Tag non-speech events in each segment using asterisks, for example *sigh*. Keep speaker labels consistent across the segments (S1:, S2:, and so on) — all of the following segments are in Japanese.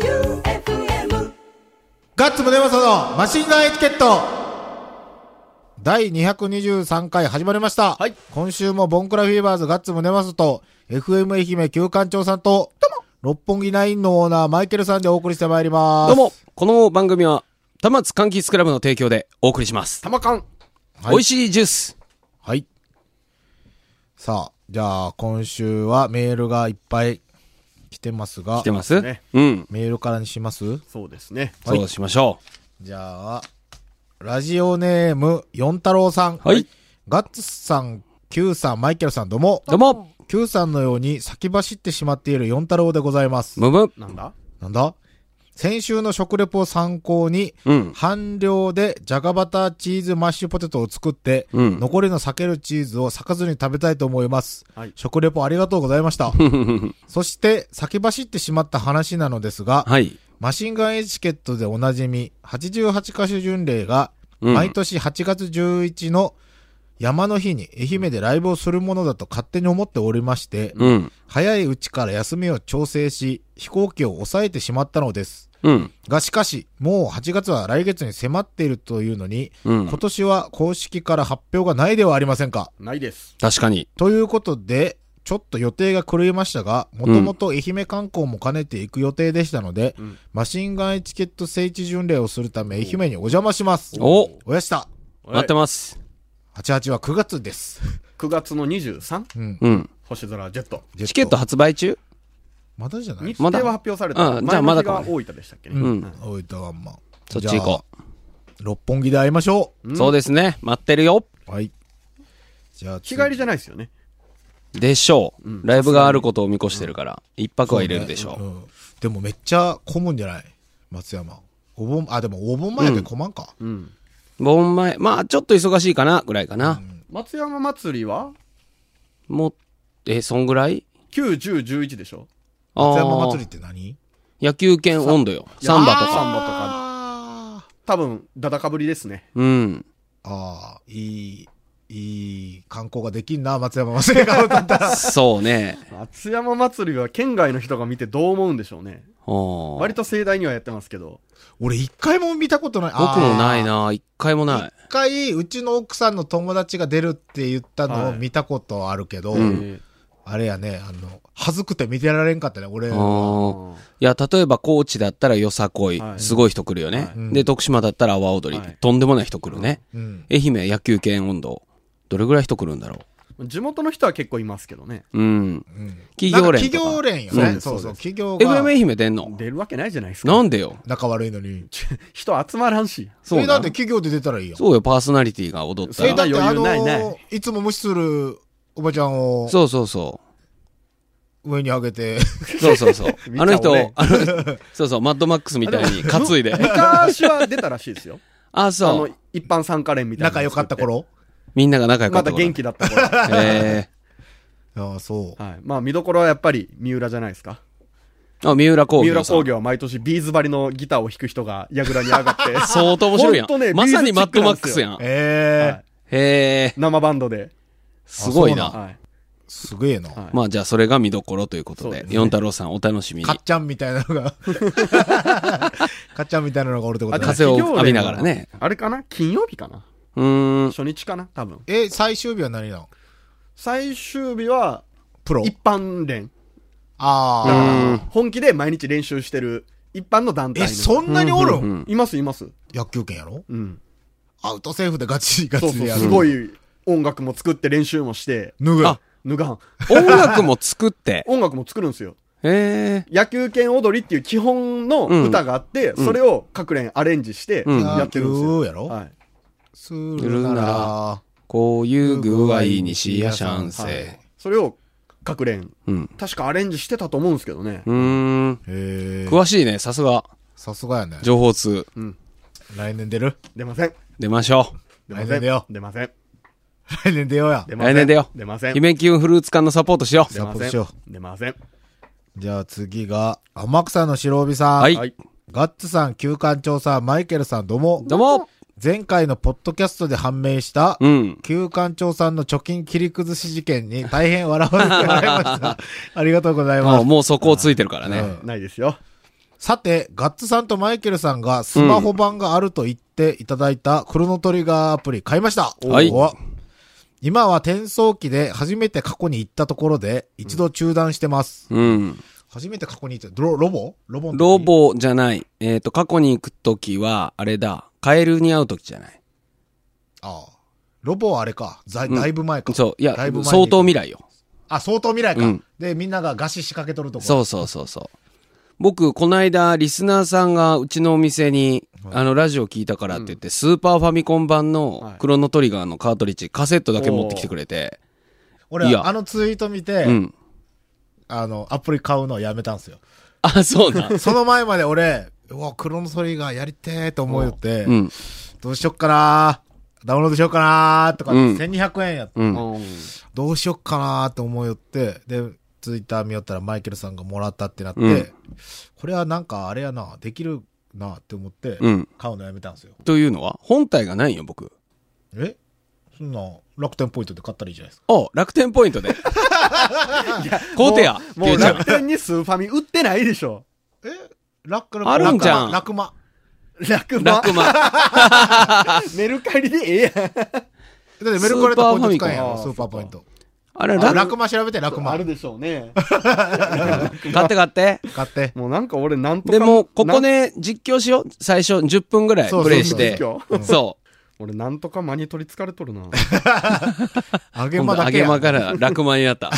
S1: J-O-E-U-F-M
S2: ガッツムネマソのマシンガンエチケット第223回始まりました。
S3: はい
S2: 今週もボンクラフィーバーズガッツムネマソと FM 愛媛旧館長さんと、六本木ナインのオーナーマイケルさんでお送りしてまいります。
S3: どうも、この番組は、田松柑橘クラブの提供でお送りします。
S2: 玉缶はい
S3: 美味しいジュース。
S2: はい。さあ、じゃあ今週はメールがいっぱい来てますが、
S3: 来てます
S4: ね
S3: うん。
S2: メールからにします
S4: そうですね。
S2: はい
S3: そうしましょ
S2: じゃあ、ラジオネーム、四太郎さん。
S3: う。はい。
S2: ガッツさん、Q さん、マイケルさん、どうも。
S3: どうも、
S2: Q さんのように先走ってしまっている四太郎でございます。
S3: むむ。
S4: なんだ
S2: なんだ先週の食レポを参考に、
S3: うん。
S2: 半量でジャガバターチーズマッシュポテトを作って、
S3: うん
S2: 残りの裂けるチーズを裂かずに食べたいと思います。
S4: はい
S2: 食レポありがとうございま
S3: *laughs*
S2: した。そして、先走ってしまった話なのですが、
S3: はい。
S2: マシンガンエチケットでおなじみ、88カ所巡礼が、
S3: うん
S2: 毎年8月11の山の日に愛媛でライブをするものだと勝手に思っておりまして、
S3: うん。
S2: 早いうちから休みを調整し、飛行機を抑えてしまったのです。
S3: うん。
S2: がしかし、もう8月は来月に迫っているというのに、
S3: うん
S2: 今。年は公式から発表がないではありませんか。
S4: ないです。
S3: 確かに。
S2: ということで、ちょっと予定が狂いましたが、もともと愛媛観光も兼ねて行く予定でしたので、
S4: ん
S2: マシンガンエチケット聖地巡礼をするため愛媛にお邪魔します。
S3: お
S2: おやした。
S3: 待ってます。
S2: 88は9月です。
S4: 9月の 23?
S3: うん。
S4: 星空ジェット。
S2: ジェッ
S3: チケット発売中
S2: まだじゃない
S4: 日程
S3: まだ
S4: は発表され
S3: あ
S4: た。
S3: じゃあまだか
S4: 前の日が大分でしたっけね。
S3: ん
S4: はい
S2: おいたワンマン。
S3: そっち行こ
S2: う。六本木で会いましょ
S3: う。そうですね。待ってるよ。
S2: う。はい。じゃあ、
S4: 日帰りじゃないですよね。
S3: でしょう。ライブがあることを見越してるから、一泊は入れるでしょ
S2: う
S3: う。
S2: ん。でもめっちゃ混むんじゃない松山。お盆、あ、でもお盆前で混まんか。
S4: うん。
S3: 盆前、まあ、ちょっと忙しいかな、ぐらいかな。
S4: 松山祭りは
S3: もう、え、そんぐらい
S4: ?9、10、11でしょ
S2: 松山祭り
S3: り。
S2: って何
S3: 野球拳温度よ。サンバと
S4: サ
S3: か。
S4: ンバとか。
S2: あ
S4: 多分、ダダかぶりですね。
S3: うん。
S2: ーあー、いい、いい観光ができんな、松山祭りが歌った
S3: *laughs*
S2: ら。
S3: そうね。
S4: 松山祭りは県外の人が見てどう思うんでしょうね。
S3: おー
S4: 割と盛大にはやってますけど。
S2: 俺一回も見たことない。
S3: 僕もない
S2: あー。
S3: な一回もない。
S2: 一回、うちの奥さんの友達が出るって言ったのを
S4: はい
S2: 見たことあるけど、
S3: うん
S4: え
S2: あれやね、あの、恥ずくて見てられんかったね、俺
S3: あ
S2: は。
S3: ーいや、例えば高知だったらよさこい、
S4: はい
S3: すごい人来るよね、
S2: い
S3: で、徳島だったら阿波踊り、
S4: はい
S3: とんでもない人来るね。
S2: うん。
S3: 愛媛野球圏温度、どれぐらい人来るんだろ
S4: ー地元の人は結構いますけどね。
S3: う。うん。
S2: うん
S3: 企業
S2: なん
S3: 連
S2: か企
S3: とか。
S2: 業連よ
S4: そうで
S2: ね。
S4: す
S2: そうそう。
S4: そうで
S2: 企業が
S3: FM 愛媛出んの
S4: 出るわけないじゃないですか。
S3: なんでよ。
S2: 仲悪いのに。
S4: 人集まらんし。
S3: そう
S2: え、だ
S3: なん
S2: って企業で出たらいいよ。
S3: そうよ、パーソナリティが踊った
S4: そ
S2: え、
S4: れ
S2: だっ
S3: ら。
S2: てあの
S4: 余裕ないな
S2: ー、いつも無視するおばちゃんを
S3: そうそうそう。
S2: 上に上げて、
S3: そうそうそう
S4: 見。た
S3: あの人
S4: 俺、
S3: あの、そうそう、マッドマックスみたいに担いで。
S4: *laughs* 昔は出たらしいですよ。
S3: あ、*laughs*
S4: あ
S3: そ
S4: の
S3: う。、
S4: 一般参加連みたいな。
S2: 仲良かった。頃
S3: みんなが仲良か
S4: ま
S3: ったた。
S4: 元気だった頃。は
S3: *laughs* え
S2: ああ、そう。
S4: い。まあ、見どころはやっぱり三浦じゃないですか。
S3: ーあ、三浦工業。
S4: 三浦工業は毎年ビーズ張りのギターを弾く人が櫓に上がって。
S3: *laughs* 相当面白いや
S4: ほとね
S3: ん。まさにマッドマックスや。
S4: ビーズチックなんんですよ
S2: え
S4: は
S2: え
S4: い、
S3: へえ、
S4: 生バンドで。
S3: すごい
S2: あそう
S3: な。
S4: はい。
S2: すげえな。
S4: はい
S3: まあじゃあそれが見どころということ
S4: そう
S3: で
S4: で、すね
S3: 四太郎さんお楽しみに
S2: かっ。ちゃんみたいなのが、かっちゃんみたいなのがおるってこと
S4: あ
S2: ね
S4: と
S3: 風を浴びながらね。
S4: あれかな金曜日かな
S3: うーん。
S4: 初日かな多分。
S2: え、最終日は何なの
S4: 最終日は、
S2: プロ
S4: 一般連。だか
S2: ああ。
S4: ら、本気で毎日練習してる一般の団体
S2: え、
S4: の。
S2: そんなにおる
S3: うんうんうんん
S4: いますいます。
S2: 野球拳やろ
S4: うん。
S2: アウトセーフでガチガ
S4: そう
S2: チ
S4: そ
S2: で
S4: う、
S2: やる。
S4: すご
S2: い。
S4: い音楽も作って練習もして、
S2: 脱ぐ。
S3: あ
S4: 脱がん。
S3: 音楽も作って。 *laughs*
S4: 音楽も作るんですよ。
S3: へえ。
S4: 野球拳踊りっていう基本の歌があって、
S3: ん
S4: それを各連アレンジして
S3: うん
S4: やってるんです
S2: 野
S4: よ。
S2: 球やろ
S4: はい。
S2: するなら、
S3: こういう具合にしやシャン
S4: は
S3: セ
S4: い。それを各連、
S3: うん。
S4: 確かアレンジしてたと思うんですけどね
S3: う。ーん。
S2: へえ。
S3: 詳しいね。さすが。
S2: さすがやね。
S3: 情報通。
S2: 来年出る
S4: 出ません。
S3: 出ましょ
S4: 出ま
S2: 来
S4: せ
S2: 年
S4: ん。
S2: 出よう
S4: 出ません。
S2: 来年出ようや。
S4: 出ません。
S3: 来年だよ
S4: 出ませ
S3: う。
S4: ん。
S3: 姫キュンフルーツ缶のサポートしよ
S4: 出ま
S2: サポ
S4: せ
S2: し
S4: ん
S2: よ。
S4: 出ません。
S2: じゃあ次が、天草の白帯さ
S3: う。
S2: ん。
S3: はい。
S4: はい。
S2: ガッツさん、旧館長さん、マイケルさん、どうも。
S3: どうも。
S2: 前回のポッドキャストで判明した、
S3: うん。
S2: 旧館長さんの貯金切り崩し事件
S3: *laughs*
S2: に大変笑わせてもらいました。ありがとうござい
S3: も
S2: ま
S3: う、
S2: す。
S3: もうそこをついてるからね。
S4: ないですよ。
S2: さて、ガッツさんとマイケルさんがスマホ版があると言っていただいたクロノトリガーアプリ買いました。
S3: はい
S2: お今は転送機で初めて過去に行ったところで一度中断してます。
S3: うん。
S2: 初めて過去に行った、ロロボロボの時
S3: ロボじゃない。えっ、と、過去に行くときは、あれだ。カエルに会うときじゃない。
S2: ああ。ロボはあれか。だいだいぶ前か。
S3: そう。いや
S2: だいぶ、前に
S3: 相当未来よ。
S2: あ、相当未来か。
S3: うん
S2: で、みんなが餓死仕掛けとるとこ。
S3: そうそうそうそう。僕、この間、リスナーさんが、うちのお店に、あの、ラジオ聞いたからって言って、スーパーファミコン版
S4: は
S3: の
S4: い、
S3: クロノトリガーのカートリッジ、カセットだけ持ってきてくれて、い
S2: 俺
S3: や
S2: はあのツイート見て、
S3: うん。
S2: あの、アプリ買うのをやめたんすよ。
S3: あ、そうな。
S2: その前まで俺、うわ、クロノトリガーやりてーと思うよって、
S3: うん。
S2: どうしよっかなー、ダウンロードしよっかなーとか、
S3: うん
S2: 1200円やって、
S3: うん。
S2: どうしよっかなーと思うよって、で、ツイッター見よったらマイケルさんがもらったってなって、
S3: うん
S2: これはなんかあれやな、できるなって思って、
S3: うん
S2: 買うのやめたんすよ。
S3: というのは、本体がないよ、僕。
S2: えそんな、楽天ポイントで買ったらいいじゃないですか。
S3: お楽天ポイントで。コテや。
S4: もう
S3: って言っちゃう
S4: 楽天にスーファミ売ってないでしょ。
S2: 楽楽
S3: あるんじゃん
S2: 楽マ。
S4: 楽マ
S3: 楽。マ。
S4: メルカリでええやん。
S2: だってメルカリとポイント使えんやろ、ス
S4: ス
S2: ー
S4: ー
S2: パ
S4: パ
S2: ーポイ
S4: ーファ
S2: ン
S4: ミ
S2: ト。
S3: あれ、
S2: あ
S3: 楽
S2: 楽マ調べて楽マ
S4: あ。るでしょうね。
S3: 買って買って。
S2: 買って。
S4: もうなんか俺なんとか。
S3: でも、ここ
S4: ね。
S3: ね、実況しよう。最初、10分ぐらい
S2: そうそうそう
S3: プレイして。
S4: 実況
S3: そ
S4: 俺なんとか間に取りつかれとるな。
S2: 揚
S3: う。
S2: げ
S3: 今
S2: ま
S3: 度、
S2: だ
S3: 揚
S2: け
S3: げ
S2: や
S3: 間から楽マになった。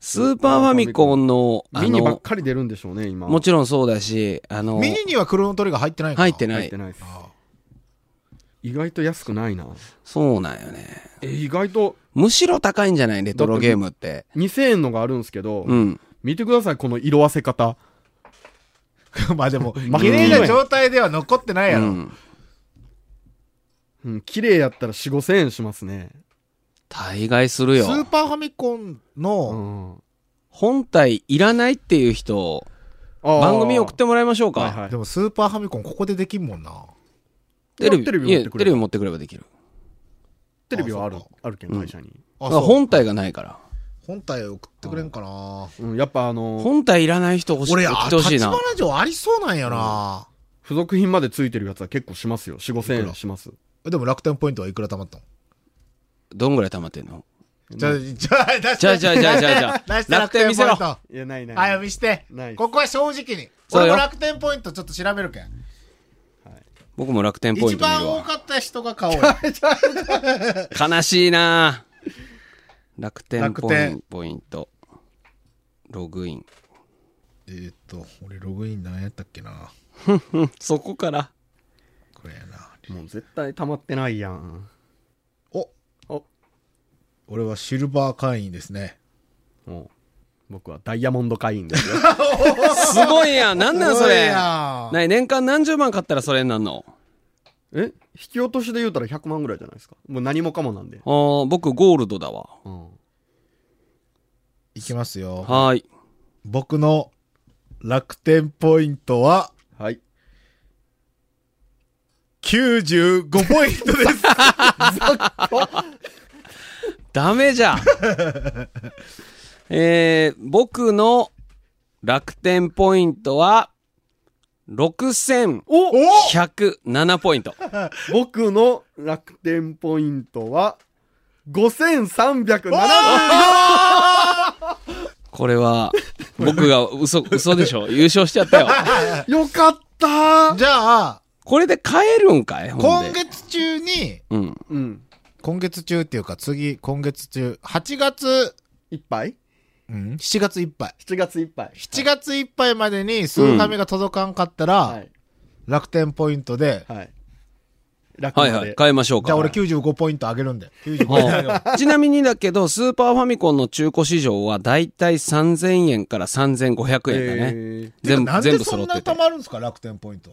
S3: スーパーファミコンの、あ
S4: ミニばっ
S3: の、
S4: かり出るんでしょうね、今。
S3: もちろんそうだし、あの
S2: ミ、ニにはクロノトリガー入ってないのか
S3: 入って
S4: ろん
S3: な
S4: 入っ
S3: い
S4: て。ないです。意外と安くないな。
S3: そうなんよね。
S4: え、意外と
S3: むしろ高いんじゃないレトロゲームって。
S4: 2000円のがあるんですけど、
S3: うん。
S4: 見てください、この色あせ方。
S2: *laughs* まあでも、
S3: *laughs*
S4: まあ
S2: 綺麗な状態では残ってないうやろ。
S3: ん。
S4: うん、綺麗やったら4、5000円しますね。
S3: 大概する
S2: ス
S3: よ。
S2: ーパーファミコン
S4: う
S2: の、
S4: ん。
S3: 本体いらないっていう人、
S4: あー
S3: 番組送ってもらいましょう
S4: はい
S3: か。
S4: はい
S2: でもスーパーファミコンここでできんもんな。
S3: テレビ、
S4: テレビ
S3: い
S4: 持
S3: や
S4: って
S3: テ
S4: くれ
S3: レビ持ってくればできる。
S4: テレビはある
S2: あそう、
S4: あるけん、会社に。
S2: あ、そう。本
S3: 本体がないから。
S2: 本体送ってくれんかな。
S4: うん、やっぱあの、
S3: 本体いらない人欲しい。
S2: 俺、
S3: 送っ
S2: あ、
S3: てほしい
S2: 立
S3: な
S2: 花。城ありそうなんやな。
S4: 付属品まで付いてるやつは結構しますよ。4、5000円します。
S2: でも楽天ポイントはいくら貯まったの
S3: どんぐらい溜まってんの
S2: じゃあ、じゃあ、出して
S3: じゃあじゃあじゃあじゃあじ
S2: *laughs*
S3: ゃあ
S2: 出して楽天見せろ
S3: 楽天見せ。
S4: いや、ないない。
S2: あや見して
S4: ナイ。ス
S2: ここは正直に。
S3: そう
S2: 俺
S3: よ
S2: も楽天ポイントちょっと調べるけん。
S3: 僕も楽天ポイ
S2: 一
S3: ント見
S2: 番
S3: る
S2: 多
S3: わ。
S2: かった人が買
S3: *laughs*
S2: おうよ。
S3: 悲しいな楽天ポイ
S2: 楽
S3: ント、ポイント。ログイン。
S2: えーっと、俺ログイン何やったっけな。
S3: うん、そこから。
S2: これやな。
S4: もう絶対溜まってないやん。
S2: お
S4: お、
S2: 俺はシルバー会員ですね。
S4: もう、僕はダイヤモンド会員です *laughs* よ。
S3: すご
S2: *laughs*
S3: いやんなんなんそ
S2: すごい
S3: れ
S2: やん
S3: なに年間何十万買ったらそれになんの
S4: え引き落としで言うたら100万ぐらいじゃないですか。もう何もかもなんで。
S3: あー僕ゴールドだわ。
S4: うん。
S2: いきますよ。
S3: はーい。
S2: 僕の楽天ポイントは
S4: はい。
S2: 95ポイントで
S3: *laughs*
S2: す。
S3: ダ
S2: *laughs*
S3: メじゃんえー、僕の楽天ポイントは、6107
S4: お
S3: ポイント。
S4: 僕の楽天ポイントは、5370!
S3: これは、僕が嘘、嘘でしょ優勝しちゃったよ。
S4: よかった
S2: *laughs*
S4: ー
S2: じゃあ、
S3: これで買えるんかいほん
S2: 今
S3: で。
S2: 月中に、
S3: うん。
S4: うん。
S2: 今月中っていうか次、今月中、8月、
S4: いっぱい
S2: うん、7月いっぱい。
S4: ?7 月いっぱい。
S2: 7月いっぱいまでに数紙が届かんかったら、
S4: はい。
S2: 楽天ポイントで、
S4: はい。楽
S3: は
S4: ま
S3: い
S4: で
S3: はい。買いましょうか。
S2: じゃあ俺95ポイントあげるんで。95ポイントあげよう
S3: はいちなみにだけど、スーパーファミコンの中古市場はだいたい3000円から3500円だね。
S4: えー
S2: て
S3: 全
S2: かな
S3: 部、
S2: んで
S3: 全部
S2: そ
S3: 揃
S2: ん
S3: っ
S2: な
S3: て
S2: に
S3: て
S2: 貯。まるんですか楽天ポイント。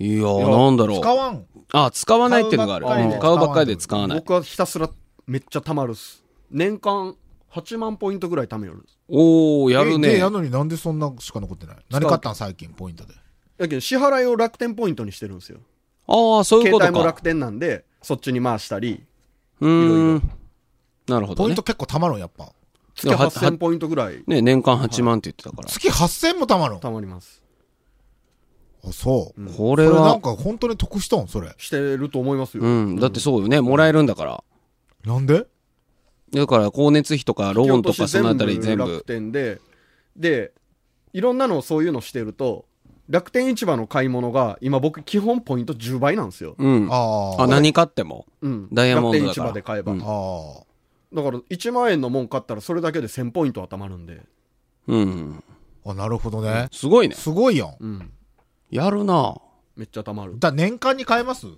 S3: いやー、なんだろう。
S2: 使わん。
S3: あ、使わないっていうのがある。
S2: 買
S3: う
S2: うんばっかりで
S3: 買うばっかりで使わない。
S4: 僕はひたすらめっちゃ貯まるっす。年間8万ポイントぐらい貯めよるっす。
S3: おー、やる
S2: えで
S3: ね
S2: や。のになんでそんなしか残ってない何買ったん最近ポイントで。
S4: だけど支払いを楽天ポイントにしてるんですよ。
S3: ああ、そういう
S4: 携
S3: ことか。
S4: 帯も楽天なんで、そっちに回したり、
S3: うー
S4: いろ
S3: ん。なるほ
S2: ポ
S3: ど
S2: イ
S3: ね
S2: ント。結構たまるん、やっぱ。
S4: 月
S3: いやはは
S4: 8000ポイントぐらい
S3: ね、年間8万って言ってたから。
S2: 月8000もたまるん。
S4: 貯まります。
S2: あ、そう。
S3: こ
S2: こ
S3: れ
S2: れな
S3: は
S2: ん、か本当に得したん、それ。
S4: してると思いますよ。
S3: うん。だってそうよね。もらえるんだから。
S2: なんで
S3: だから、光熱費とか、ローンとか、
S4: 引き
S3: そのあ
S4: 落
S3: た
S4: とし
S3: り全
S4: 楽
S3: 部。
S4: 天で、で、いろんなのそういうのしてると、楽天市場の買い物が、今僕基本ポイント10倍なんですよ。
S3: うん。
S2: ああ。
S3: あ、何買っても。
S4: うん。
S3: ダイヤモンドだから
S4: 楽天市場で買えば。
S3: うん
S4: だか
S2: ああ。
S4: ら1万円のもん買ったらそれだけで1000ポイントは貯まるんで。
S3: うん。
S2: あ、なるほどね。
S3: すごいね。
S2: すごいやん。
S4: うん。
S3: やるな
S4: めっちゃ貯まる。
S2: だ、年間に変えます
S4: い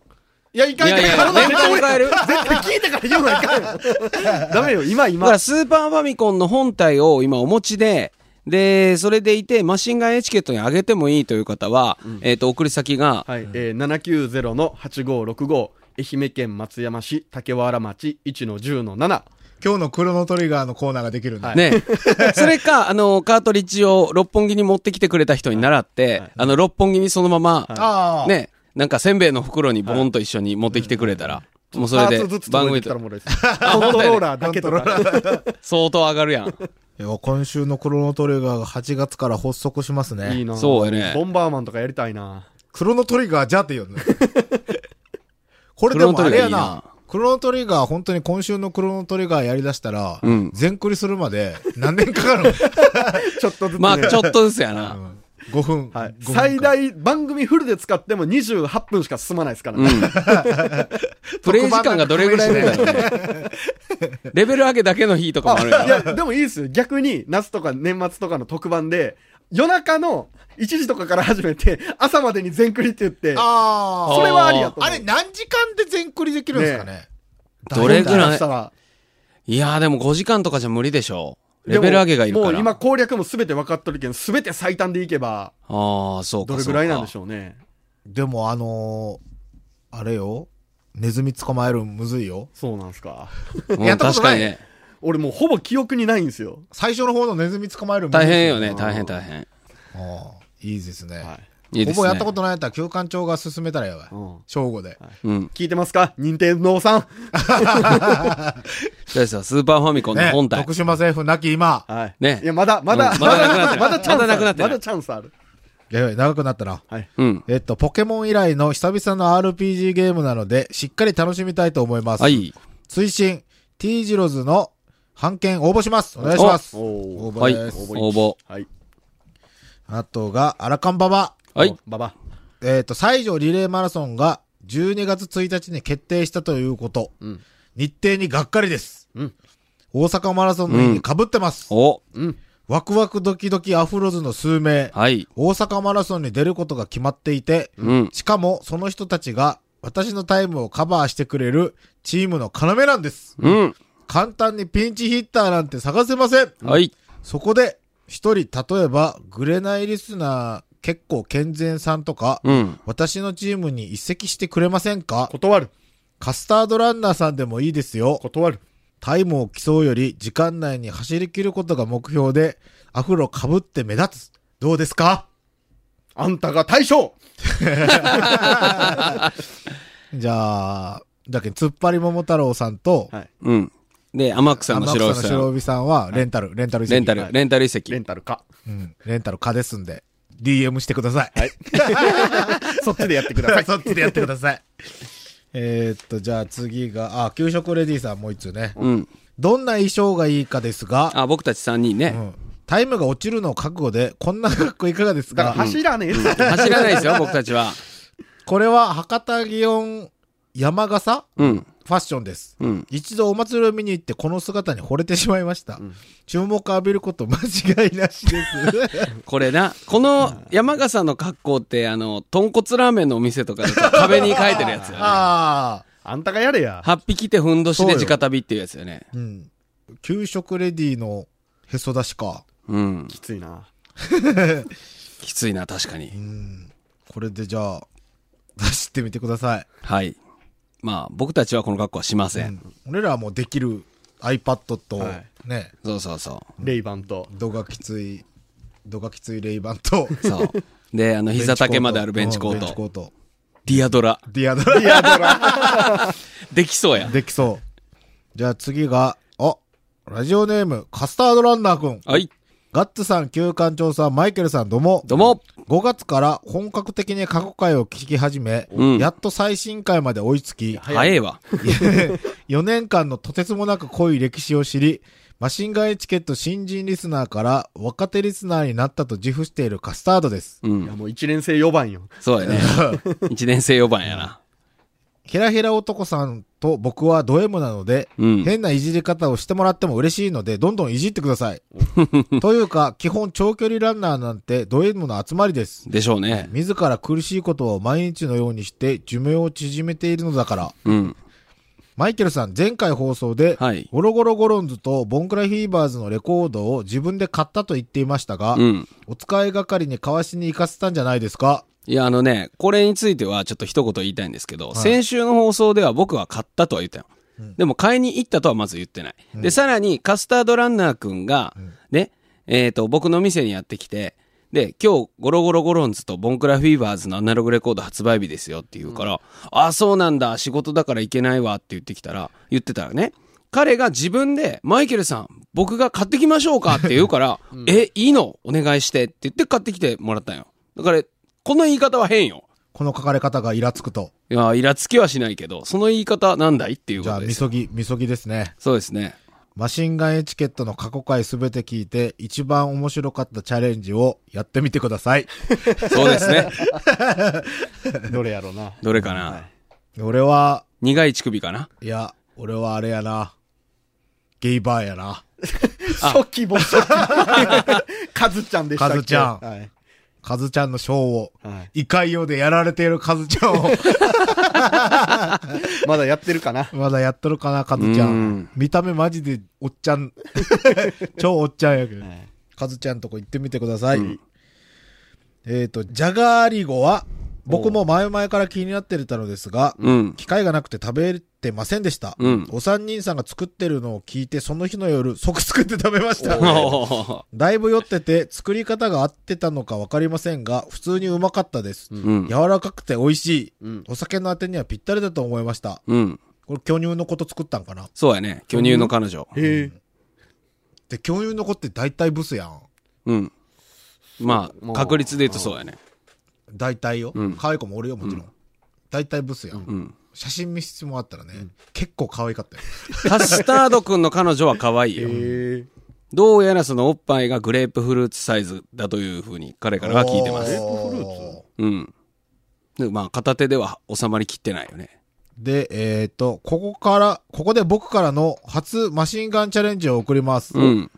S4: や、いか
S3: い
S4: んい
S3: や
S4: か
S3: い
S4: んい
S3: や、
S4: かん
S3: 年間買える。
S4: 絶対聞いてから言うのいかんよ *laughs* ダメよ、今
S3: だか
S4: 今
S3: ら。スーパーファミコンの本体を今お持ちで、で、それでいて、マシンガンエチケットに上げてもいいという方は、えっ、と、送り先が、
S4: はい、えー、790の8565、愛媛県松山市竹原町1の10の7。
S2: 今日のクロノトリガーのコーナーができるんだ。
S4: はい *laughs*
S3: ね、それか、あの、カートリッジを六本木に持ってきてくれた人に習って、あの、六本木にそのまま、
S2: ああ。。
S3: ね、なんかせんべいの袋にボンと一緒に持ってきてくれたら、もうそれ
S4: パ
S3: で
S4: ーツずつ
S3: 番
S4: 届い
S3: 組
S4: てきたら
S3: と *laughs*
S4: もらえるコントローラーだけとか。
S3: 相当上がるやん。
S2: いや今週のクロノトリガーが8月から発足しますね。
S4: いいな
S3: そうやね
S4: ボンバーマンとかやりたいな
S2: クロノトリガーじゃって言うのね。 *laughs* これでもあれやな。クロノトリガー、本当に今週のクロノトリガーやりだしたら、
S3: うん
S2: 全クリするまで何年かかる
S4: ちょっとずつ、ね。
S3: まあ、ちょっとずつや
S2: の、う
S3: な。
S2: ん、?5 分。
S4: はい、
S2: 5分間
S4: 最大、番組フルで使っても28分しか進まないですから
S3: うん
S4: ね。。
S3: プレイ時間がどれぐらいなんだろうね。レベル上げだけの日とかもあるや
S4: い
S3: ん。
S4: や、でもいいですよ。逆に、夏とか年末とかの特番で、夜中の1時とかから始めて、朝までに全クリって言って、
S2: ああ。
S4: それはありやと思
S2: あ
S4: う。
S2: れ何時間で全クリできるんですかね
S3: どれぐ
S4: だ
S3: ら
S4: と
S3: い
S4: したら
S3: いやーでも5時間とかじゃ無理でしょう。レベル上げがいるから。
S4: でももう今攻略も全て分かっとるけど、全て最短でいけば、
S3: ああ、そうか。
S4: どれぐらいなんでし
S3: ょ
S4: ょうね。
S2: でもあのー、あれよ。ネズミ捕まえるんむずいよ。
S4: そうなんすか。
S3: うか。うん
S2: やったこと
S3: 確
S2: な
S3: か
S2: い
S3: にね。
S4: 俺もうほぼ記憶にないんですよ。
S2: 最初の方のネズミ捕まえるんむずいっ
S3: 大
S2: す
S3: 変よね、
S4: うん
S3: 大変大変。
S2: ああいいですね。
S4: はい。
S3: いいですね。
S2: ほぼやったことないやったら、休館長が進めたらやばい。
S4: うん
S2: 正午で。
S3: うん。
S4: 聞いてますか任天堂さん。
S3: そうですよ、スーパーファミコンの
S2: ね
S3: 本体
S2: 徳。島政府なき今。
S4: はい。
S3: ね
S4: いや、まだ、まだ、
S3: うんまだなくなってる
S4: まだチャンス
S3: まだなくなっ
S4: あ
S3: てる
S4: る。まだチャンスある。
S2: やばい、長くなったな。
S4: はい。
S3: うん。
S2: えっと、ポケモン以来の久々の RPG ゲームなので、しっかり楽しみたいと思います。
S3: はい。
S2: 推進、T ジロズの版権応募します。お願いします。
S4: お
S2: 応
S4: ー
S2: 募
S3: はい。
S2: です。
S3: 応募。
S4: はい。
S2: あとが、アラカンババ。
S3: はい。
S4: ババ。
S2: えっ、と、西条リレーマラソンが12月1日に決定したということ。
S4: うん
S2: 日程にがっかりです。
S4: うん
S2: 大阪マラソンの日に被ってます。
S3: お。
S4: うん。
S2: ワクワクドキドキアフロズの数名、
S3: はい。
S2: 大阪マラソンに出ることが決まっていて、
S3: うん。
S2: しかもその人たちが私のタイムをカバーしてくれるチームの要なんです。
S3: うん。
S2: 簡単にピンチヒッターなんて探せません。
S3: はい。
S2: そこで、一人、例えば、グレナイリスナー結構健全さんとか、
S3: うん。
S2: 私のチームに一席してくれませんか
S4: 断る。
S2: カスタードランナーさんでもいいですよ。
S4: 断る。
S2: タイムを競うより時間内に走り切ることが目標で、アフロ被って目立つ。どうですか
S4: あんたが大将
S2: じゃあ、だけど突っ張り桃太郎さんと、
S4: はい。
S3: うん。で、天草の白
S2: 天
S3: 尾
S2: 草
S3: さ
S2: 白
S3: ん。
S2: 帯さんは、レンタル、レンタル移籍
S3: レンタル、レンタル遺
S4: レ
S3: 跡。
S4: ンタルか。
S2: うん。レンタル可ですんで、DM してください。 *laughs* はい。
S4: そっちでやってくださ
S2: *laughs*
S4: い。
S2: そっちでやってください。えーっと、じゃあ次が、あ、給食レディーさんもう一つね。
S3: うん。
S2: どんな衣装がいいかですが、
S3: あ、僕たち3人
S2: う
S3: ね。
S2: ん。タイムが落ちるのを覚悟で、こんな格好いかがです
S4: だから
S2: か、
S4: 走らねえぞ
S3: 走らないですよ、僕たちは。
S2: これは博多祇園山笠
S3: うん。
S2: ファッションです。
S3: うん。
S2: 一度お祭りを見に行ってこの姿に惚れてしまいました。注目を浴びること間違いなしです。
S3: これな、この山笠の格好って、あの、豚骨ラーメンのお店とかだと壁に書いてるやつよね。
S2: *laughs* ああ。
S4: *laughs* あんたがやれや。
S3: 8匹てふんどしで直旅っていうやつよね。
S2: うん。給食レディーのへそ出しか。
S3: うん。
S4: きついな。
S3: きついな、確か
S2: う
S3: に。
S2: ん。これでじゃあ、出してみてください。
S3: はい。まあ、僕たちはこの格好はしませ。
S2: うんん俺らはもうできる iPad と、
S4: はい
S2: ね、
S3: そうそうそ
S4: レイバンと。
S2: 動画きついドカきついレイバンと、
S3: そう。で、あの、膝丈まであるベンチコー
S2: うんベンチコ
S3: ト。
S2: ート。
S3: ディアドラ。
S2: ディアドラ。ディアドラ。
S3: できそうや。
S2: できそう。じゃあ次が、あ、ラジオネーム、カスタードランナーくん。
S3: はい。
S2: ガッツさん、旧館長さん、マイケルさん、どうも。
S3: どうも。
S2: 5月から本格的に過去回を聞き始め、
S3: うん
S2: やっと最新回まで追いつき、 *laughs*
S3: 早えわ。
S2: 4年間のとてつもなく濃い歴史を知り、マシンガンエチケット新人リスナーから若手リスナーになったと自負しているカスタードです。
S3: う
S4: いや
S3: ん。
S4: もう一年生4番よ。
S3: そうやね。一年生4番やな。
S2: ヘラヘラ男さんと僕はド M なので、
S3: うん
S2: 変ないじり方をしてもらっても嬉しいので、どんどんいじってくだ
S3: *laughs*
S2: さい。というか、基本長距離ランナーなんてド M の集まりです。
S3: でしょうね。
S2: 自ら苦しいことを毎日のようにして寿命を縮めているのだから。
S3: うん。
S2: マイケルさん、前回放送で、
S3: はい
S2: ゴロゴロゴロンズとボンクラフィーバーズのレコードを自分で買ったと言っていましたが、
S3: うん。
S2: お使い係に交わしに行かせたんじゃないですか
S3: いや、あのね、これについてはちょっと一言言いたいんですけど、先週の放送では僕は買ったとは言ったよ。でも買いに行ったとはまず言ってない。で、さらにカスタードランナーくんが、ね、えっ、と、僕の店にやってきて、で、今日、ゴロゴロゴロンズとボンクラフィーバーズのアナログレコード発売日ですよって言うから、ああ、そうなんだ、仕事だから行けないわって言ってきたら、言ってたらね、彼が自分で、マイケルさん、僕が買ってきましょうかって言
S2: *laughs*
S3: うから、え、いいのお願いしてって言って買ってきてもらったんよ。だから、この言い方は変よ。
S2: この書かれ方がイラつくと。
S3: いや、イラつきはしないけど、その言い方なんだいっていう
S2: じ
S3: こ
S2: ゃあ、
S3: とで
S2: み
S3: す。
S2: そぎ、みそぎですね。
S3: そうですね。
S2: マシンガンエチケットの過去回すべて聞いて、一番面白かったチャレンジをやってみてください。
S3: そうですね。
S4: どれやろう
S3: *laughs*
S4: な。
S3: どれかな、
S2: 俺は、
S3: 苦い乳首かない
S2: や、俺はあれやな。ゲイバーやな。
S4: 初期も初期。カズちゃんでしたっけ
S2: カズちゃん
S4: はい。
S2: カズちゃんのショーを、
S4: はい。
S2: 異界用でやられているカズちゃ
S3: *laughs*
S2: んを、
S4: まだやってるかな。
S2: まだやっとるかな、カズちゃ
S3: うんん。
S2: 見た目マジでおっち
S3: *laughs*
S2: ゃん。超おっちゃんやけど
S4: はい。
S2: カズちゃんとこ行ってみてください。えっと、ジャガーリゴは、僕も前々から気になってたのですが、
S3: うん。
S2: 機会がなくて食べてませんでした。
S3: うん
S2: お三人さんが作ってるのを聞いて、その日の夜、即作って食べました。
S3: おー
S2: だいぶ酔ってて、作り方が合ってたのかわかりませんが、普通にうまかったです。
S3: うん。
S2: 柔らかくて美味しい。
S4: うん。
S2: お酒のあてにはぴったりだと思いました。
S3: うん。
S2: これ、巨乳のこと作ったんかな
S3: そうやね。巨乳の彼女。
S4: へえ。
S2: で、巨乳の子って大体ブスやん。
S3: うん。まあ、
S4: もう
S3: 確率で言うとそうやね。
S2: 大体よ。
S3: うん
S2: 可愛い子もおるよ、もちろん。大体ブスやん。
S3: うん。
S2: 写真見せてもらったらね、結構可愛かったよ。
S3: カスタードくんの彼女は可愛いよ。
S4: へえ。
S3: どうやらそのおっぱいがグレープフルーツサイズだというふうに彼からは聞いてま
S4: レ
S3: す。
S4: ープフル
S2: お
S4: ー
S3: うん。でまあ、片手では収まりきってないよね。
S2: で、えっ、と、ここから、ここで僕からの初マシンガンチャレンジを送ります。
S3: うん。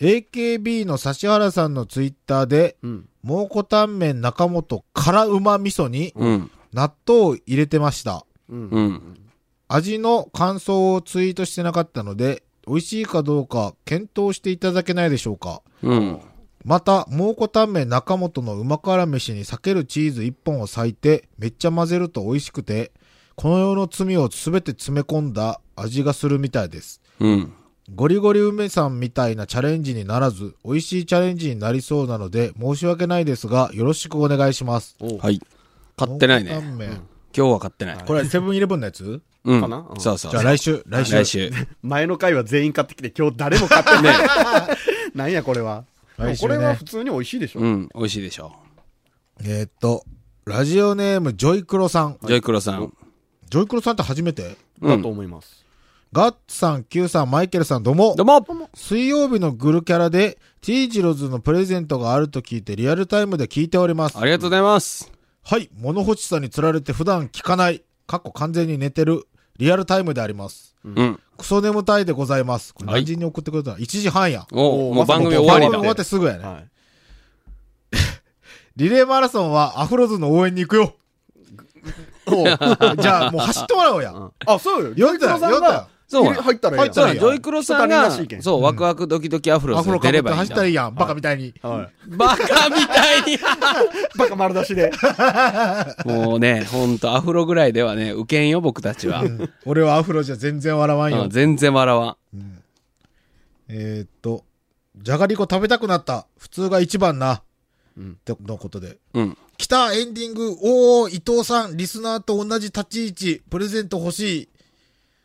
S2: AKB の指原さんのツイッターで、
S4: うん。
S2: 蒙古タンメン中本辛うま味噌に
S3: うん。
S2: 納豆を入れてました。
S4: うん
S3: う。ん。
S2: 味の感想をツイートしてなかったので、美味しいかどうか検討していただけないでしょうか。
S3: うん。
S2: また、蒙古タンメン中本の旨辛飯に避けるチーズ1本を裂いて、めっちゃ混ぜると美味しくて、この世の罪を全て詰め込んだ味がするみたいです。
S3: うん。
S2: ゴリゴリ梅さんみたいなチャレンジにならず、美味しいチャレンジになりそうなので、申し訳ないですが、よろしくお願いします。
S4: おう
S3: はい。買ってない
S2: 蒙古タ
S3: ね。
S2: ンメン
S3: 今日は買ってない。
S2: これ、セブンイレブンのやつ
S3: うん。
S4: かなうん
S3: そうそう。
S2: じゃあ来週、来週。
S3: 来週。
S4: 前の回は全員買ってきて、今日誰も買ってない。 *laughs* なんやこれは。でも
S2: 来週
S4: こ
S2: ね
S4: れは普通に美味しいでしょ
S3: う。ん。美味しいでしょ。
S2: えーっと、ラジオネーム、ジョイクロさん。
S3: ジョイクロさん。
S2: ジョイクロさんって初めて
S4: だと思います。
S2: ガッツさん、Q さん、マイケルさん、どうも
S3: どう。も
S2: 水曜日のグルキャラで、ティージロズのプレゼントがあると聞いて、リアルタイムで聞いております。
S3: ありがとうございます。
S2: はい、物欲しさにつられて普段聞かない、かっこ完全に寝てる、リアルタイムであります。
S3: うん。
S2: クソ眠たいでございます。これ
S3: はい
S2: 何時に送ってくれたの、?1 時半や。
S3: お
S4: お
S3: もう番組終
S2: 番
S3: わり
S2: 組終わって
S3: だ。
S2: すぐやね。
S4: はい。
S2: リレーマラソンはアフロズの応援に行く
S3: *laughs*
S2: よ。
S4: おう
S2: じゃあ、もう走ってもらおうや。
S4: あ、そうよ。
S2: 読んだよ、読んだよ。
S3: そう
S4: 入れ入ったらいい
S2: 入
S3: そ
S2: っ
S3: う、ジョイクロさん
S4: ちょっと
S3: が
S4: 足りなし意、見
S3: そう、ワクワクドキドキアフロ
S2: ア
S3: ズ
S2: フロ
S3: で出
S2: かぶって
S3: ればいいん
S2: 走ったらい
S3: だ。
S2: いやん、バカみたいに。
S4: は
S3: バカみたいに
S4: い。 *laughs* バカ丸出しで。
S3: もうね、ほんと、アフロぐらいではね、受けんよ、僕たちは。うん
S2: 俺はアフロじゃ全然笑わんよ。
S3: 全然笑わん。
S2: えーっと、じゃがりこ食べたくなった。普通が一番な。
S4: うん
S2: ってのことで。
S3: うん。
S2: 来たエンディング。おー、伊藤さん、リスナーと同じ立ち位置、プレゼント欲しい。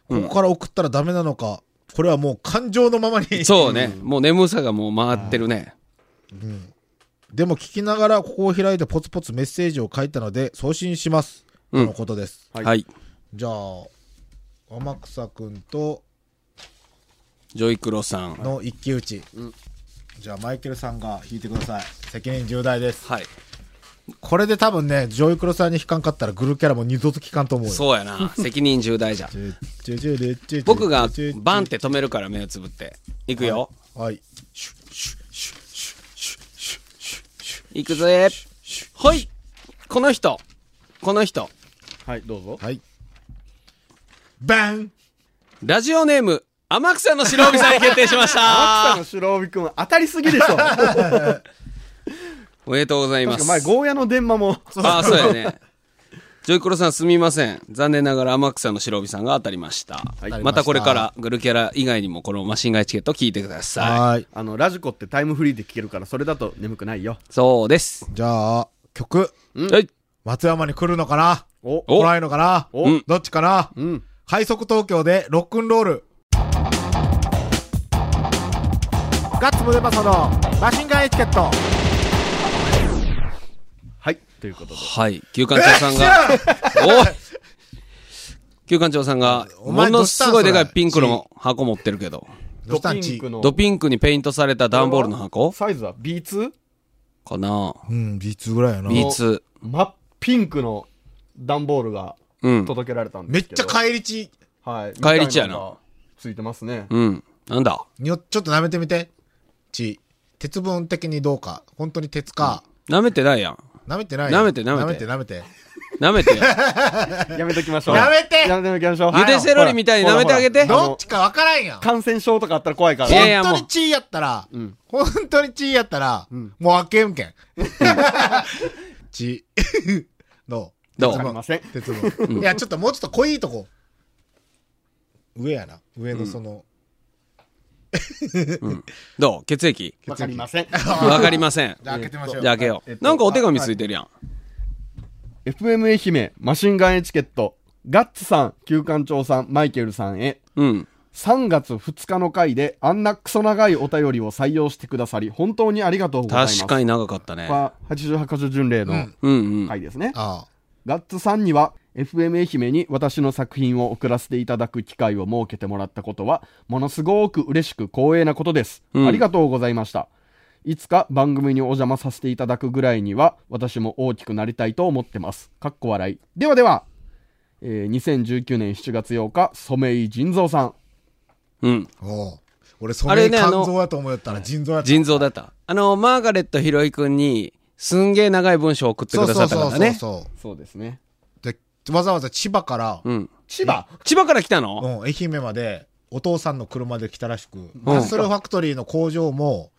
S2: ここから送ったらダメなのか。これはもう感情のままに。
S3: そうね。もう眠さがもう回ってるね。
S2: でも聞きながらここを開いてポツポツメッセージを書いたので送信します。
S3: うん
S2: とのことです。
S4: はい
S3: はい。
S2: じゃあ、天草くんと
S3: ジョイクロさん。
S2: の一騎打ち。じゃあ、マイケルさんが引いてください。責任重大です。
S3: はい。
S2: これで多分ね、ジョイクロさんに引かんかったらグルキャラも二度と聞かんと思うよ。
S3: そうやな。責任重大じゃん。
S2: う *laughs*
S3: 僕がバンって止めるから目をつぶって。行くよ。
S2: はい。
S3: 行くぜ。はい。この人。この人。
S4: はい、どうぞ。
S2: はい。バン
S3: ラジオネーム、天草の白帯さんに決定しまし
S4: 秋田
S3: た
S4: の。白帯くんは当たりすぎ *laughs* でしょ。確か
S3: おめでとうございます。
S4: 前、ゴーヤの電話も。
S3: ああ、そうやね。ジョイクロさんすみません。残念ながら天草の白帯さんが当たりました。
S4: い
S3: またこれからグルキャラ以外にもこのマシンガイチケット聞いてください。
S2: はい。
S4: あの、ラジコってタイムフリーで聴けるから、それだと眠くないよ。
S3: そうです。
S2: じゃあ、曲、
S3: はい。
S2: 松山に来るのかな
S4: お、
S3: お
S2: 来ないのかな
S4: お
S2: どっちかな
S4: うん。
S2: 快速東京でロックンロール。ガッツムデパソのマシンガンエチケット。
S4: はい、ということで。
S3: はい。休館長さんが、おい休館長さんが、
S2: お
S3: も
S2: 前
S3: のすごいでかい
S2: どうしたんそれ
S3: ピンクの箱持ってるけど、
S2: どうしたんち
S4: の
S3: ドピンクにペイントされた段ボールの箱
S4: サイズは B2?
S3: かな
S2: うん、B2 ぐらいやな。
S3: ?B2。
S4: 真っピンクの段ボールが
S3: うん。
S4: 届けられたん
S2: め
S4: で
S2: っ
S4: すけ
S2: ち
S4: ど。
S2: ゃ返り血。
S4: はい。
S3: 返り血やな
S4: みたいのがついてますね。
S3: うん。なんだ
S2: よ、ちょっと舐めてみて。血。鉄分的にどうか。本当に鉄か。
S3: 舐めてないやん。
S2: 舐めてないよ
S3: 舐めて舐めて
S2: 舐めて舐めて。
S3: 舐めてよ。
S2: *laughs*
S4: やめときましょう。
S2: やめて
S4: やめときましょう。
S3: ゆでセロリみたいに舐めてあげて
S4: ほらほら
S2: どっちかわからんやん。
S4: 感染症とかあったら怖いから。
S3: いやいや
S2: 本当
S3: も
S2: に
S3: う
S2: 血やったら、
S4: ん
S2: 本当に血やったら、もう開けんけん。血。 *laughs* どう
S3: どう
S2: 鉄
S4: わかり
S2: 分
S4: ま。せん。
S2: 鉄分。いや、ちょっともうちょっと濃いとこ。上やな。上のその、
S3: どう血液
S4: わかり
S2: *laughs*
S4: ません。
S3: わかりません。
S2: じゃあ開けてみましょう。
S3: じゃあ開けよ
S4: えっ
S3: う。
S4: と
S3: なんかお手紙ついてるやん。
S4: FM 愛媛マシンガンエチケットガッツさん旧館長さんマイケルさんへ
S3: うん。
S4: 3月2日の回であんなクソ長いお便りを採用してくださり本当にありがとうございます
S3: 確かに長かったね。
S4: これは88箇所巡礼の
S3: うんうん。
S4: 回ですね、
S2: ああ。
S4: ガッツさんには FM 愛媛に私の作品を送らせていただく機会を設けてもらったことはものすごく嬉しく光栄なことです、
S3: うん
S4: ありがとうございましたいつか番組にお邪魔させていただくぐらいには私も大きくなりたいと思ってますかっこ笑いではでは、えー2019年7月8日染井仁三さん
S3: うん。
S2: おう俺、そ
S3: あ
S2: れ
S3: れねあ
S2: 肝
S3: の
S2: 臓やと思ったら腎臓やった。
S3: 腎臓だった。あの、マーガレットひろいくんに、すんげえ長い文章を送って
S2: そ
S3: く
S2: う
S3: ださ
S2: そう
S3: っ
S2: そ
S3: たか
S2: う
S3: ら
S2: そう
S3: ね。
S2: そ
S4: そうですね
S2: う。で、わざわざ千葉から、
S3: うん。
S4: 千葉
S3: 千葉から来たの
S2: うん、愛媛まで、お父さんの車で来たらしく、
S3: うん
S2: ハッスルファクトリーの工場も、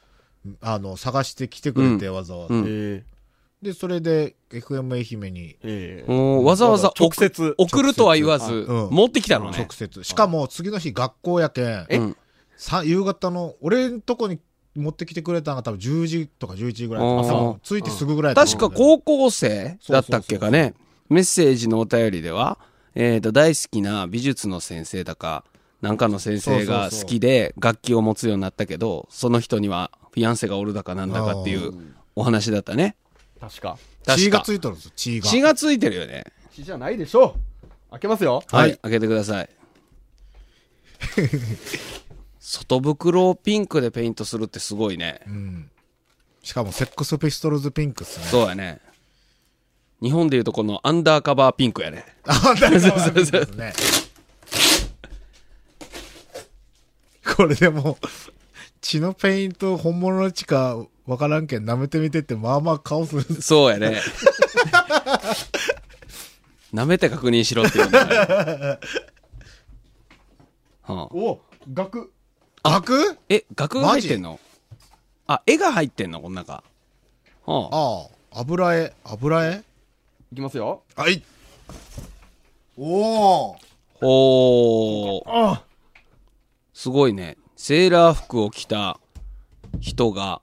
S2: あの、探してきてくれて、わざわざ。
S3: うん
S4: えー
S2: で、それで、FM 愛媛に
S4: えー
S3: おーわざわざ
S4: 直接
S3: 送るとは言わず、
S2: うん
S3: 持ってきたのね
S2: 直。接。しかも、次の日学校やけん、
S4: え
S3: うん
S2: さ夕方の、俺んとこに持ってきてくれたのが多分10時とか11時ぐらい。
S3: あー
S2: 朝の着いてすぐぐらいだと
S3: 確
S2: 思
S3: か
S2: うんだよ
S3: 高校生だったっけかね。メッセージのお便りでは、えっ、と、大好きな美術の先生だか、なんかの先生が好きで楽器を持つようになったけど、その人にはフィアンセがおるだかなんだかっていうお話だったね。
S4: 確か
S2: 血
S3: 確
S2: が
S3: か
S2: ついとるんですよ、血が。
S3: 血がついてるよね。
S4: 血じゃないでしょう開けますよ
S3: はい、
S2: はい
S3: 開けてく
S2: *laughs*
S3: ださい。外袋をピンクでペイントするってすごいね。
S2: しかも、セックスピストルズピンクっすね。
S3: そうやね。日本でいうとこのアンダーカバーピンクやね。
S2: あ、なるほどですね。これでも、血のペイント本物の血かわからんけん舐めてみてって、まあまあ顔する。
S3: そうやね。舐めて確認しろって言うんだよねはあ、
S4: お額
S2: 額
S3: え、額が入ってんのあ、絵が入ってんのこの中。はあ、
S2: ああ、油絵、油絵
S4: いきますよ
S2: はい。おお。
S3: ほー。
S4: あ
S3: すごいね。セーラー服を着た人が、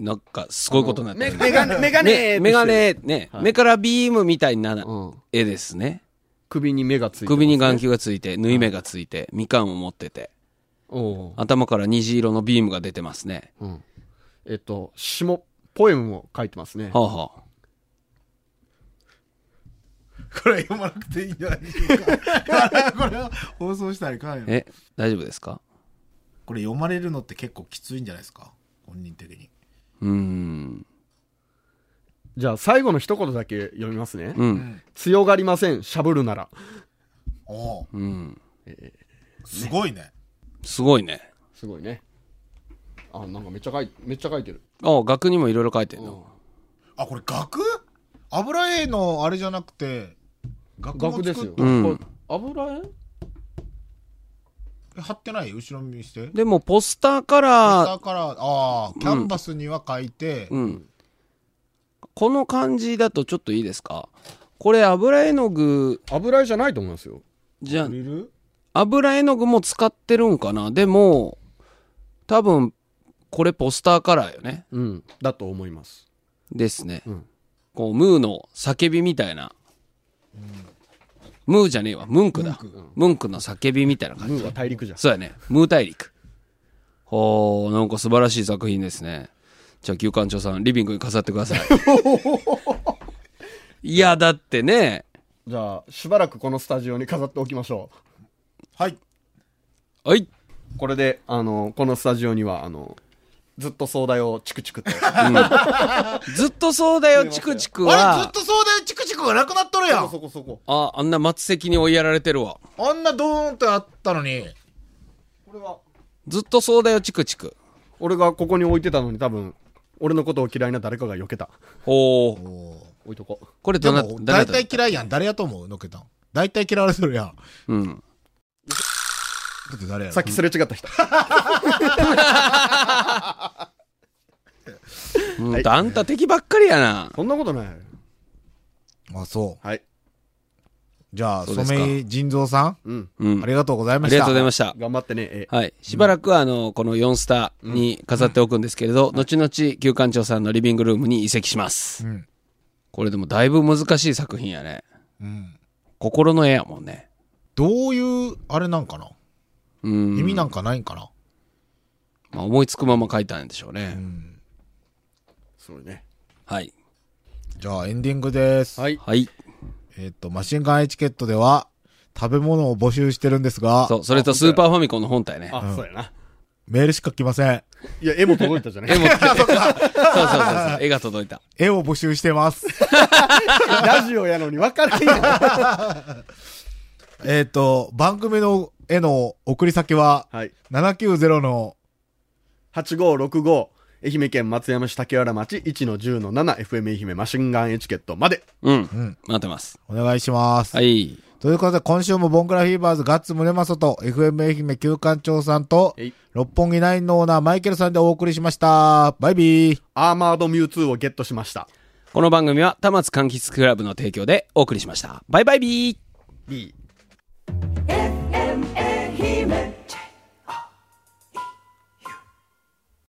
S3: なんかすごいことになって
S4: メ
S3: る。
S4: メガネ、メガネ、
S3: *laughs* ね、メガ。ネ、ね、
S4: はい
S3: 目からビームみたいな
S4: うん。
S3: 絵ですね。
S4: 首に目がついてますね。
S3: 首に眼球がついて、縫い目がついて、みかんを持ってて、
S4: おう。
S3: 頭から虹色のビームが出てますね。
S4: うん。えっと、詩も、ポエムも書いてますね。
S3: はあ、はあ、
S2: これ読まなくていいんじゃないです *laughs* か。これを放送したらいかんよ。
S3: え、大丈夫ですか
S2: これ読まれるのって結構きついんじゃないですか。本人的に。
S3: うーん。
S4: じゃあ、最後の一言だけ読みますね。
S3: うん。
S4: 強がりません、しゃぶるなら。
S2: おう
S3: うん。
S2: すごいね。
S3: すごいね。
S4: すごいね。あ、なんかめっちゃ書いて、めっちゃ書いてる。
S3: ああ、額にもいろいろ書いてんの。
S2: あ、これ額油絵のあれじゃなくて、額も
S4: 額
S2: 作
S4: で
S2: っ
S4: すよ。
S3: うん
S4: これ油絵
S2: 貼ってない後ろ見して。
S3: でも、ポスター
S2: 下
S3: から、
S2: から、ああー、キャンバスには書いて、
S3: うん。この感じだとちょっといいですかこれ油絵の具
S4: 油絵じゃないと思いますよ。
S3: じゃ
S2: 売れる
S3: 油絵の具も使ってるんかなでも、多分、これポスターカラーよね。
S4: うん。だと思います。
S3: ですね。
S4: うん
S3: こう、ムーの叫びみたいな。ムーじゃねえわ。ムンクだ。ムンクの叫びみたいな感
S4: ム
S3: じ
S4: ー。は大陸じゃん。
S3: そうやね。ムー大陸。ほー、なんか素晴らしい作品ですね。じゃあ、旧館長さん、リビングに飾ってく
S2: *laughs*
S3: ださい。いや、だってね。
S4: じゃあ、しばらくこのスタジオに飾っておきましょ
S2: はい。
S3: はい。
S4: う。これで、あの、このスタジオには、あの、ずっと壮大をチクチ *laughs* クと。
S3: ずっとそうだよ、チクチク
S2: あれずっ
S3: は。
S2: とそうだよ、チクチクがなくなっとるやん。
S4: こそこ。
S3: あ、あんな末席に追いやられてるわ。
S2: あんなドーンってあったのに。
S4: これは、
S3: ずっとそうだよ、チクチク。
S4: 俺がここに置いてたのに多分、俺のことを嫌いな誰かが避けた。
S3: ほー。
S4: 置いとこう。
S3: これ
S2: で
S3: どな、
S2: も、大
S3: 誰だ
S2: 体嫌いやん。誰やと思うのけたん。大体嫌われてるやん。だ
S3: うん。
S2: って誰やろ
S4: さっきすれ違った人。
S3: うんとあんた敵ばっかりやな。
S4: そんなことない。
S2: あ、そ
S4: はい。
S2: う。じゃあ、
S3: そうですか
S2: 染井仁三さん、
S4: うん。
S3: うん。
S2: あ
S3: あ
S2: りがとうございまし
S3: りが
S2: た。
S3: とうございました。
S4: 頑張ってね。え
S3: はい。しばらくは、あの、この4スターに飾っておくんですけれど、後々、旧館長さんのリビングルームに移籍します。
S2: うん
S3: これでもだいぶ難しい作品やね。
S2: うん。
S3: 心の絵やもんね。
S2: どういう、あれなんかな、
S3: うん。
S2: 意味なんかないんかな
S3: まあ、思いつくまま書いたんでしょうね。
S4: すごいね。
S3: はい。
S2: じゃあ、エンディングです。
S4: はい。
S3: はい。
S2: えっ、と、マシンガンエチケットでは、食べ物を募集してるんですが、
S3: そう、それとスーパーファミコンの本体ね。
S4: あ、そうやな。
S2: メールしか来ません。
S4: いや、絵も届いたじゃない
S3: 絵
S2: *laughs*
S3: も来てそうそうそうそう。絵が届いた。
S2: 絵を募集して
S3: *laughs*
S2: ます。
S4: *laughs* ラジオやのに分からへんやん。
S2: えっと、番組の絵の送り先は、
S4: はい。
S2: 790の
S4: 8565、愛媛県松山市竹原町1の10の 7FM 愛媛マシンガンエチケットまで。
S3: うん。待ってます。
S2: お願いします。
S3: はい。
S2: ということで、今週もボンクラフィーバーズガッツムネマソと、FM 愛媛旧館長さんと
S4: えい、
S2: 六本木ナインのオーナーマイケルさんでお送りしました。バイビー。
S4: アーマードミュウツーをゲットしました。
S3: この番組は、田松柑橘クラブの提供でお送りしました。バイバイビー
S4: B。